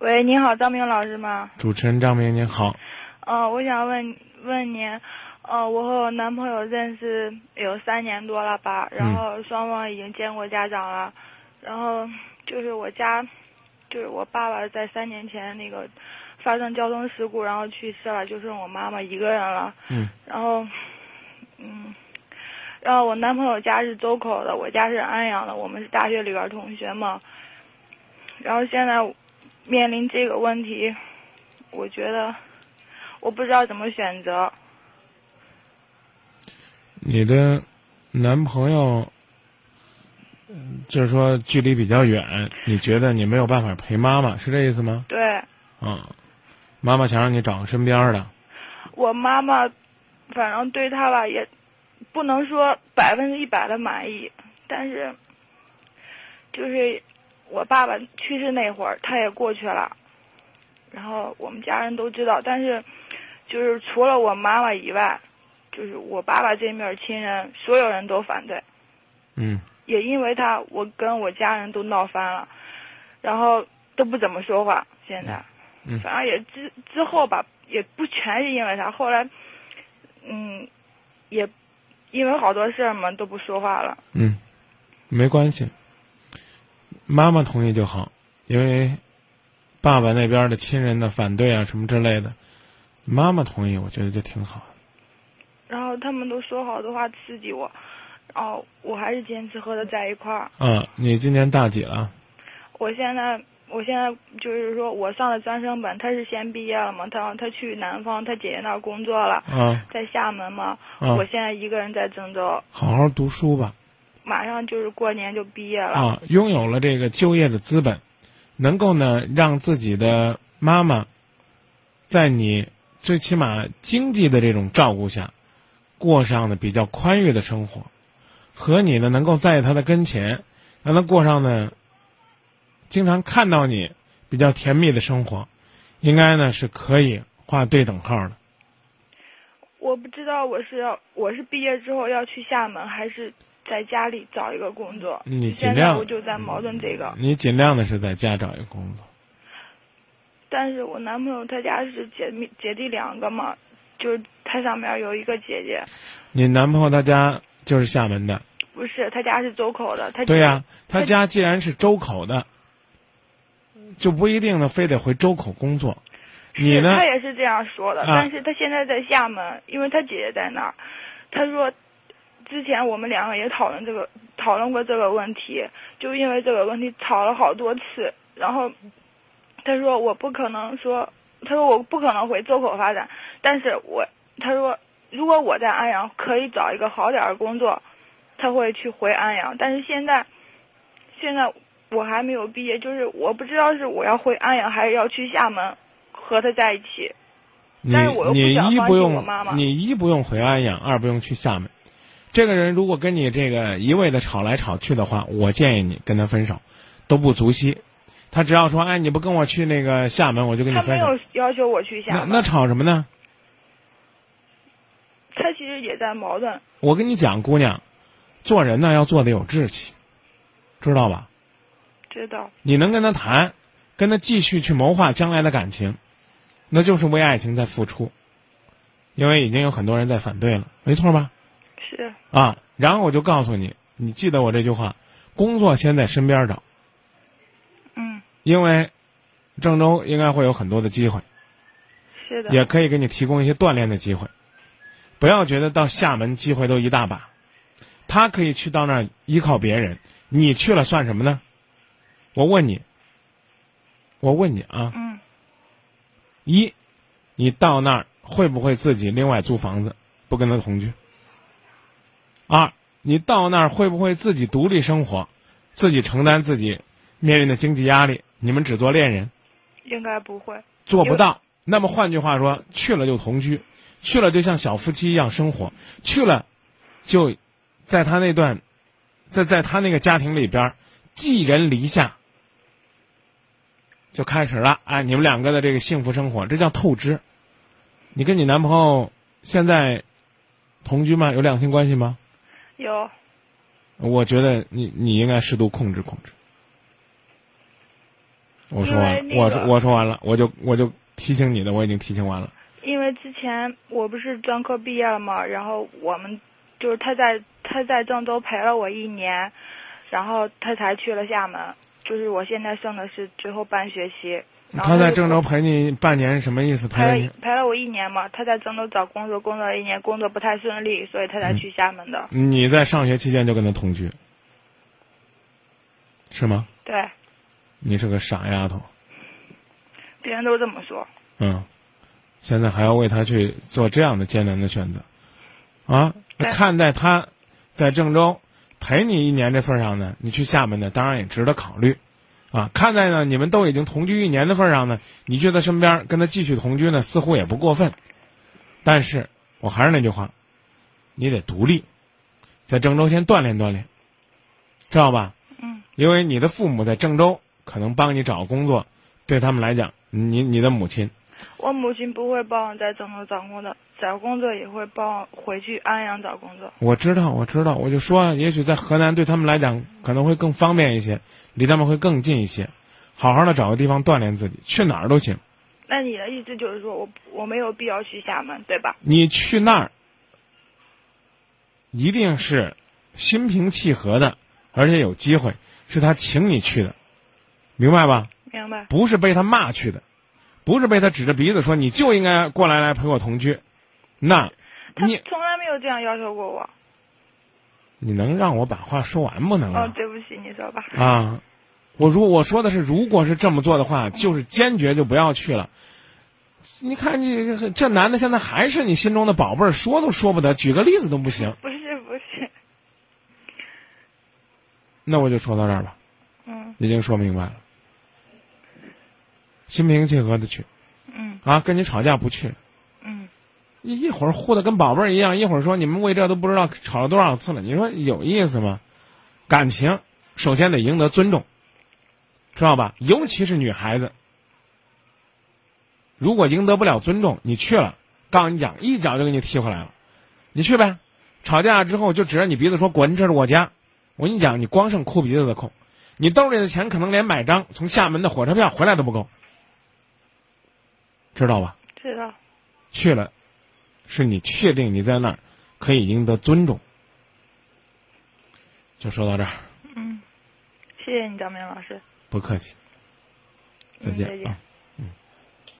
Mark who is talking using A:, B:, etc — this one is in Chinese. A: 喂，您好，张明老师吗？
B: 主持人张明您好，
A: 呃，我想问问您，呃，我和我男朋友认识有三年多了吧，然后双方已经见过家长了，然后就是我家，就是我爸爸在三年前那个发生交通事故，然后去世了，就剩我妈妈一个人了。
B: 嗯
A: 然后，嗯，然后我男朋友家是周口的，我家是安阳的，我们是大学里边儿同学嘛。然后现在面临这个问题，我觉得我不知道怎么选择。
B: 你的男朋友，嗯就是说距离比较远，你觉得你没有办法陪妈妈，是这意思吗？
A: 对
B: 嗯，妈妈想让你找个身边的，
A: 我妈妈，反正对他吧也不能说百分之一百的满意，但是就是我爸爸去世那会儿，他也过去了，然后我们家人都知道，但是就是除了我妈妈以外，就是我爸爸这面亲人，所有人都反对，
B: 嗯
A: 也因为他，我跟我家人都闹翻了，然后都不怎么说话。现在，
B: 嗯
A: 反正也之之后吧，也不全是因为他，后来，嗯，也因为好多事儿嘛，都不说话了。
B: 嗯，没关系，妈妈同意就好，因为爸爸那边的亲人的反对啊什么之类的，妈妈同意，我觉得就挺好。
A: 然后他们都说好多话刺激我，然后我还是坚持和他在一块儿。
B: 嗯，你今年大几了？
A: 我现在，我现在就是说我上了专升本，他是先毕业了嘛，他他去南方，他姐姐那儿工作了，
B: 啊
A: 在厦门嘛，
B: 啊
A: 我，现在一个人在郑州。
B: 好好读书吧。
A: 马上就是过年就毕业了。
B: 啊，拥有了这个就业的资本，能够呢让自己的妈妈，在你最起码经济的这种照顾下，过上的比较宽裕的生活，和你呢能够在她的跟前，让她过上呢，经常看到你比较甜蜜的生活，应该呢是可以画对等号的。
A: 我不知道我是要我是毕业之后要去厦门，还是在家里找一个工作。
B: 嗯你尽
A: 现在
B: 量嗯
A: 我就在矛盾这个，
B: 你尽量的是在家找一个工作。
A: 但是我男朋友他家是姐妹姐弟两个嘛，就是他上面有一个姐姐，
B: 你男朋友他家就是厦门的，
A: 不是他家是周口的，他
B: 对呀、他
A: 他
B: 家既然是周口的，就不一定呢，非得回周口工作。
A: 是
B: 你 呢
A: 他？也是这样说的，
B: 啊
A: 但是他现在在厦门，因为他姐姐在那儿。他说，之前我们两个也讨论这个，讨论过这个问题，就因为这个问题吵了好多次。然后他说我不可能说，他说我不可能回周口发展，但是我他说如果我在安阳可以找一个好点儿的工作，他会去回安阳。但是现在，现在我还没有毕业，就是我不知道是我要回安阳还是要去厦门和他在一起。
B: 你
A: 但是我又不
B: 你
A: 想
B: 一
A: 放
B: 不
A: 弃
B: 用
A: 我妈妈
B: 你一不用回安阳，二不用去厦门。这个人如果跟你这个一味的吵来吵去的话，我建议你跟他分手，都不足惜。他只要说：“哎，你不跟我去那个厦门，我就跟你
A: 他没
B: 分手。
A: 有啊要求我去”
B: 那
A: 厦
B: 那
A: 门，
B: 吵什么呢？
A: 他其实也在矛盾。
B: 我跟你讲，姑娘，做人呢要做的有志气，知道吧？
A: 知道，
B: 你能跟他谈，跟他继续去谋划将来的感情，那就是为爱情在付出，因为已经有很多人在反对了，没错吧？
A: 是
B: 啊，然后我就告诉你，你记得我这句话，工作先在身边找，
A: 嗯，
B: 因为郑州应该会有很多的机会，
A: 是的，
B: 也可以给你提供一些锻炼的机会，不要觉得到厦门机会都一大把，他可以去到那儿依靠别人，你去了算什么呢？我问你，我问你啊，
A: 嗯，
B: 一，你到那儿会不会自己另外租房子，不跟他同居？二，你到那儿会不会自己独立生活，自己承担自己面临的经济压力？你们只做恋人，
A: 应该不会。
B: 做不到。那么换句话说，去了就同居，去了就像小夫妻一样生活，去了就在他那段，在在他那个家庭里边儿寄人篱下，就开始了。哎，你们两个的这个幸福生活，这叫透支。你跟你男朋友现在同居吗？有两性关系吗？
A: 有，
B: 我觉得你你应该适度控制控制。我说完了，
A: 因为那个
B: 我说我说完了，我就我就提醒你的，我已经提醒完了。
A: 因为之前我不是专科毕业了嘛，然后我们就是他在他在郑州陪了我一年，然后他才去了厦门。就是我现在上的是最后半学期。然后
B: 他在
A: 就
B: 郑州陪你半年是什么意思？陪
A: 陪
B: 了
A: 了
B: 你，
A: 陪了我一年嘛，他在郑州找工作，工作了一年，工作不太顺利，所以他才
B: 嗯
A: 去厦门的。
B: 你在上学期间就跟他同居，是吗？
A: 对，
B: 你是个傻丫头，
A: 别人都这么说。
B: 嗯，现在还要为他去做这样的艰难的选择，啊？
A: 对
B: 看在他在郑州陪你一年这份上呢，你去厦门呢，当然也值得考虑，啊？看在呢你们都已经同居一年的份上呢，你去他身边跟他继续同居呢，似乎也不过分，但是我还是那句话，你得独立，在郑州先锻炼锻炼，知道吧？
A: 嗯，
B: 因为你的父母在郑州可能帮你找工作，对他们来讲，你你的母亲。
A: 我母亲不会帮我在郑州找工作，找工作也会帮我回去安阳找工作。
B: 我知道，我知道，我就说，啊也许在河南对他们来讲可能会更方便一些，离他们会更近一些。好好的找个地方锻炼自己，去哪儿都行。
A: 那你的意思就是说我我没有必要去厦门，对吧？
B: 你去那儿，一定是心平气和的，而且有机会，是他请你去的，明白吧？
A: 明白？
B: 不是被他骂去的，不是被他指着鼻子说你就应该过来来陪我同居。那，
A: 他
B: 你
A: 从来没有这样要求过我。
B: 你能让我把话说完不能啊？
A: 哦，对不起，你说吧。
B: 啊，我如我说的是，如果是这么做的话，就是坚决就不要去了。你看这这男的现在还是你心中的宝贝儿，说都说不得，举个例子都不行。
A: 不是不是，
B: 那我就说到这儿吧，
A: 嗯
B: 已经说明白了。心平气和的去
A: 嗯
B: 啊，跟你吵架不去，
A: 嗯，
B: 一一会儿护的跟宝贝儿一样，一会儿说你们为这都不知道吵了多少次了，你说有意思吗？感情首先得赢得尊重，知道吧？尤其是女孩子，如果赢得不了尊重，你去了，告诉你讲，一脚就给你踢回来了，你去呗。吵架之后就指着你鼻子说滚，这是我家。我跟你讲，你光剩哭鼻子的空，你兜里的钱可能连买张从厦门的火车票回来都不够，知道吧？
A: 知道。
B: 去了，是你确定你在那儿可以赢得尊重。就说到这儿，
A: 嗯，谢谢你，张明老师。
B: 不客气，再
A: 嗯
B: 见
A: 再见
B: 啊。